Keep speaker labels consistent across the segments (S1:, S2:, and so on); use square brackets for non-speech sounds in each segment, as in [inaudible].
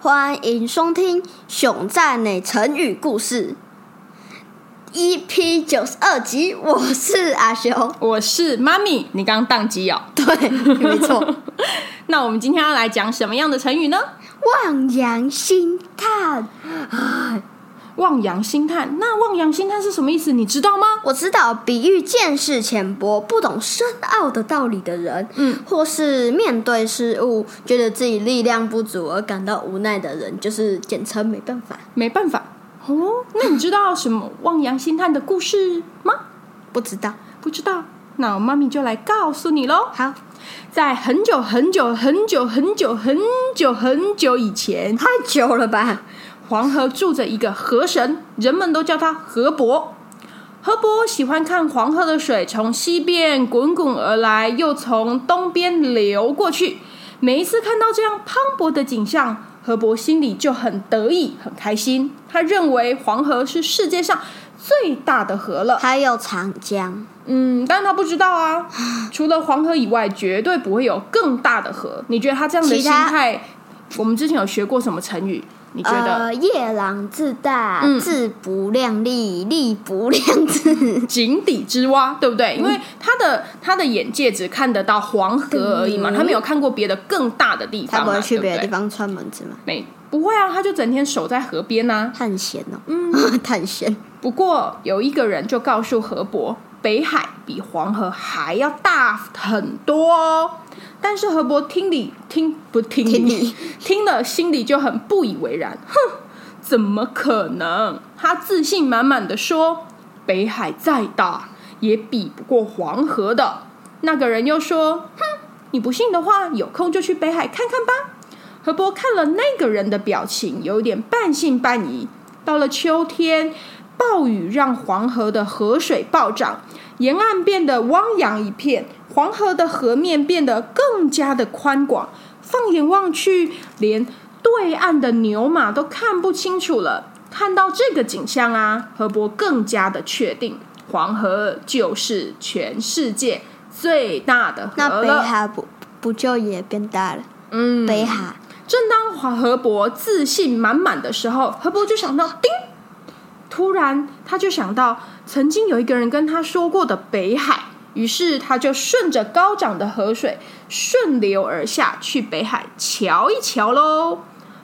S1: 欢迎收听《熊赞美成语故事》EP 九十二集，我是阿雄。
S2: [laughs] 我是妈咪，你刚宕机哦。
S1: 对，没错，
S2: 那我们今天要来讲什么样的成语呢？
S1: 望洋兴叹，
S2: 望洋兴叹。那望洋兴叹是什么意思？你知道吗？
S1: 我知道比喻见识浅薄、不懂深奥的道理的人，
S2: 嗯，
S1: 或是面对事物觉得自己力量不足而感到无奈的人，就是简称没办法。
S2: 没办法哦。那你知道什么望洋兴叹的故事吗？
S1: 不知道，
S2: 不知道。那我妈咪就来告诉你喽。
S1: 好，
S2: 在很久很久很久很久很久很久以前，
S1: 太久了吧？
S2: 黄河住着一个河神，人们都叫他河伯。河伯喜欢看黄河的水从西边滚滚而来，又从东边流过去。每一次看到这样磅礴的景象，河伯心里就很得意、很开心。他认为黄河是世界上最大的河了。
S1: 还有长江。
S2: 嗯，但他不知道
S1: [sighs]
S2: 啊。除了黄河以外，绝对不会有更大的河。你觉得他这样的
S1: 其
S2: 心
S1: 他
S2: 态，我们之前有学过什么成语？你觉得？
S1: 呃，夜郎自大，
S2: 嗯
S1: 自不量力，力不量
S2: [laughs]
S1: 志。
S2: 井底之蛙，对
S1: 嗯
S2: 不对？因为他的他的眼界只看得到黄河而已嘛，
S1: 嗯
S2: 他没有看过别的更大的地
S1: 他
S2: 方
S1: 不
S2: 嘛，
S1: 会去别的
S2: 对
S1: 地
S2: 不对？
S1: 方串门子吗？
S2: 没不会啊，他就整天守在河边啊呐、
S1: 探险哦，
S2: [laughs]
S1: 嗯，探险。
S2: 不过有一个人就告诉河伯，北海比黄河还要大很多哦。但是河伯听里听不听
S1: 听
S2: 理
S1: 理
S2: [laughs] 听了心里就很不以为然，哼，怎么可能？他自信满满的说：“北海再大，也比不过黄河的。”那个人又说：“哼，你不信的话，有空就去北海看看吧。”河伯看了那个人的表情，有点半信半疑。到了秋天，暴雨让黄河的河水暴涨，沿岸变得汪洋一片，黄河的河面变得更加的宽广。放眼望去，连对岸的牛马都看不清楚了。看到这个景象啊，河伯更加的确定，黄河就是全世界最大的
S1: 那
S2: 河
S1: 北
S2: 了。
S1: 海不不就也变大了？
S2: 嗯，
S1: 北海
S2: 正当河伯自信满满的时候，河伯就想到，叮！突然，他就想到曾经有一个人跟他说过的北海，于是他就顺着高涨的河水顺流而下去北海瞧一瞧喽。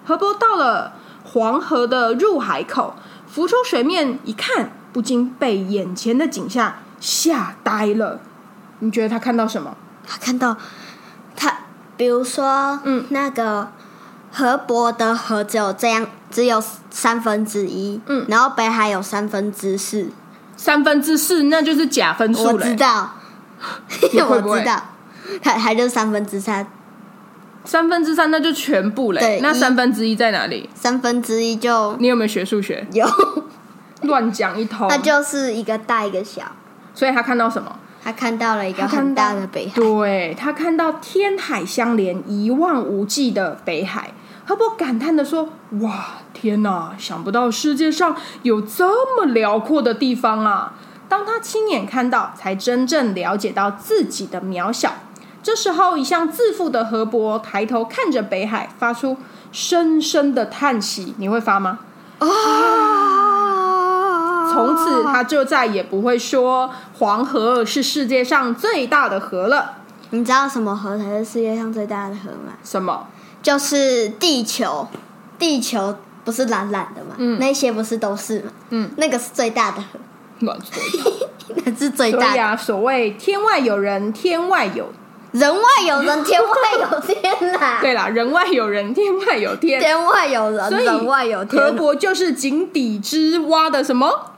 S2: 河伯到了黄河的入海口，浮出水面一看，不禁被眼前的景象吓呆了。你觉得他看到什么？
S1: 他看到他，比如说，
S2: 嗯，
S1: 那个河伯的河只有这样，只有三分之一，
S2: 嗯
S1: 然后北海有三分之四，
S2: 三分之四，那就是假分数
S1: 我
S2: 了
S1: 知。道，
S2: 你 [laughs] 会不
S1: [laughs] 我
S2: 会
S1: 知道，还还就是三分之三，
S2: 三分之三那就全部嘞
S1: 对，
S2: 那
S1: 一
S2: 三分之一在哪里？
S1: 三分之一就
S2: 你有没有学数学？
S1: 有。
S2: 乱讲一通
S1: 那，就是一个大一个小。
S2: 所以他看到什么？
S1: 他看到了一个
S2: 他看
S1: 很
S2: 到
S1: 大的北海，
S2: 对他看到天海相连、一望无际的北海，河伯感叹的说：“哇，天哪！想不到世界上有这么辽阔的地方啊！”当他亲眼看到，才真正了解到自己的渺小。这时候，一向自负的河伯抬头看着北海，发出深深的叹息。你会发吗？
S1: 啊
S2: 从此他就再也不会说黄河是世界上最大的河了。
S1: 你知道什么河才是世界上最大的河吗？
S2: 什
S1: [laughs]
S2: 么？
S1: 就是地球，地球不是蓝蓝的吗？
S2: 嗯
S1: 那些不是都是吗？
S2: 嗯，
S1: 那个是最大的河，
S2: 乱说一通。
S1: 那是最
S2: 所
S1: 大
S2: 以
S1: 的。
S2: 啊，所谓天外有人，天外有
S1: 人外有人，天外有天啦。 [laughs]
S2: 对啦，人外有人，天外有天。
S1: 天外有人，
S2: 所以
S1: 人外有天啊
S2: 河。伯就是井底之蛙的什么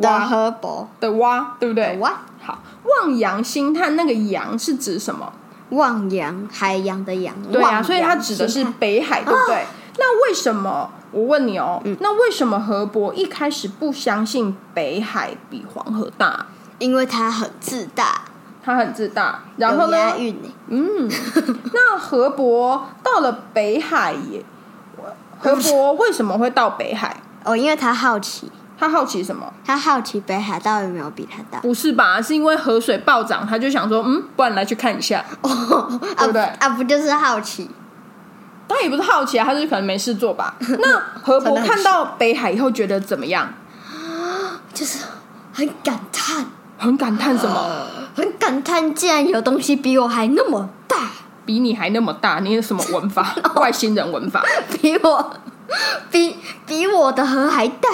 S1: 的
S2: 蛙
S1: 河伯，
S2: 的蛙，对不对？
S1: 哇，
S2: 好，望洋兴叹，那个洋是指什么？
S1: 望洋，海洋的洋。
S2: 对
S1: 望
S2: 啊，
S1: 洋
S2: 所以它指的是
S1: 兴啊叹
S2: 北海，对不对？那为什么？我问你哦，
S1: 嗯
S2: 那为什么河伯一开始不相信北海比黄河大？
S1: 因为它很自大，
S2: 他很自大，然后
S1: 有
S2: 呢
S1: 押？韵呢。
S2: 嗯，那河伯到了北海也，河伯为什么会到北海？
S1: 哦，因为他好奇，
S2: 他好奇什么？
S1: 他好奇北海道有没有比他大。
S2: 不是吧？是因为河水暴涨，他就想说，嗯，不然来去看一下。
S1: 哦，啊
S2: 对不对
S1: 啊，不就是好奇？
S2: 他也不是好奇啊，他就是可能没事
S1: [laughs]
S2: 做吧。那河伯
S1: 真的很
S2: 看到北海以后觉得怎么样？
S1: 就是很感叹，
S2: 很感叹什么？
S1: 很感叹，竟然有东西比我还那么大，
S2: 比你还那么大，你是什么文
S1: [laughs]
S2: 法？外星人文法。
S1: 比我比比我的河还大。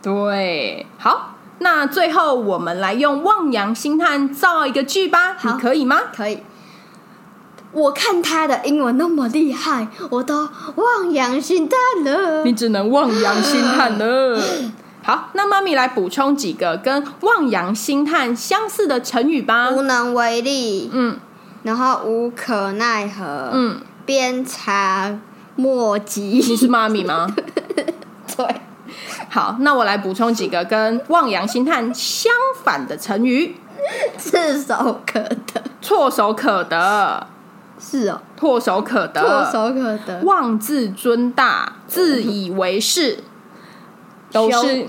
S2: 对，好，那最后我们来用望洋兴叹造一个句吧，你
S1: 好
S2: 可以吗？
S1: 可以。我看他的英文那么厉害，我都望洋兴叹
S2: [laughs]
S1: 了。
S2: 你只能望洋兴叹了。 [laughs] 好，那妈咪来补充几个跟望洋兴叹相似的成语吧。
S1: 无能为力，
S2: 嗯
S1: 然后无可奈何，
S2: 嗯，
S1: 鞭长莫
S2: 你
S1: 及。
S2: 是妈咪 [laughs] 吗？
S1: 对，
S2: 好，那我来补充几个跟望洋兴叹相反的成语：
S1: 炙手可得。
S2: 唾手可得，
S1: 是哦，啊
S2: 唾手可得，
S1: 唾手可得。
S2: 妄自尊大，自以为是，都是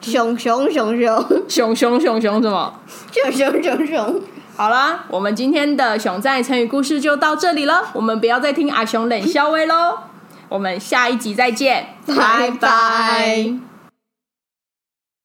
S1: 熊熊熊熊 [laughs]
S2: 熊熊熊熊什么？
S1: 熊熊熊熊，
S2: 好啦，我们今天的熊在成语故事就到这里了，我们不要再听阿熊冷笑威喽，我们下一集再见，
S1: 拜拜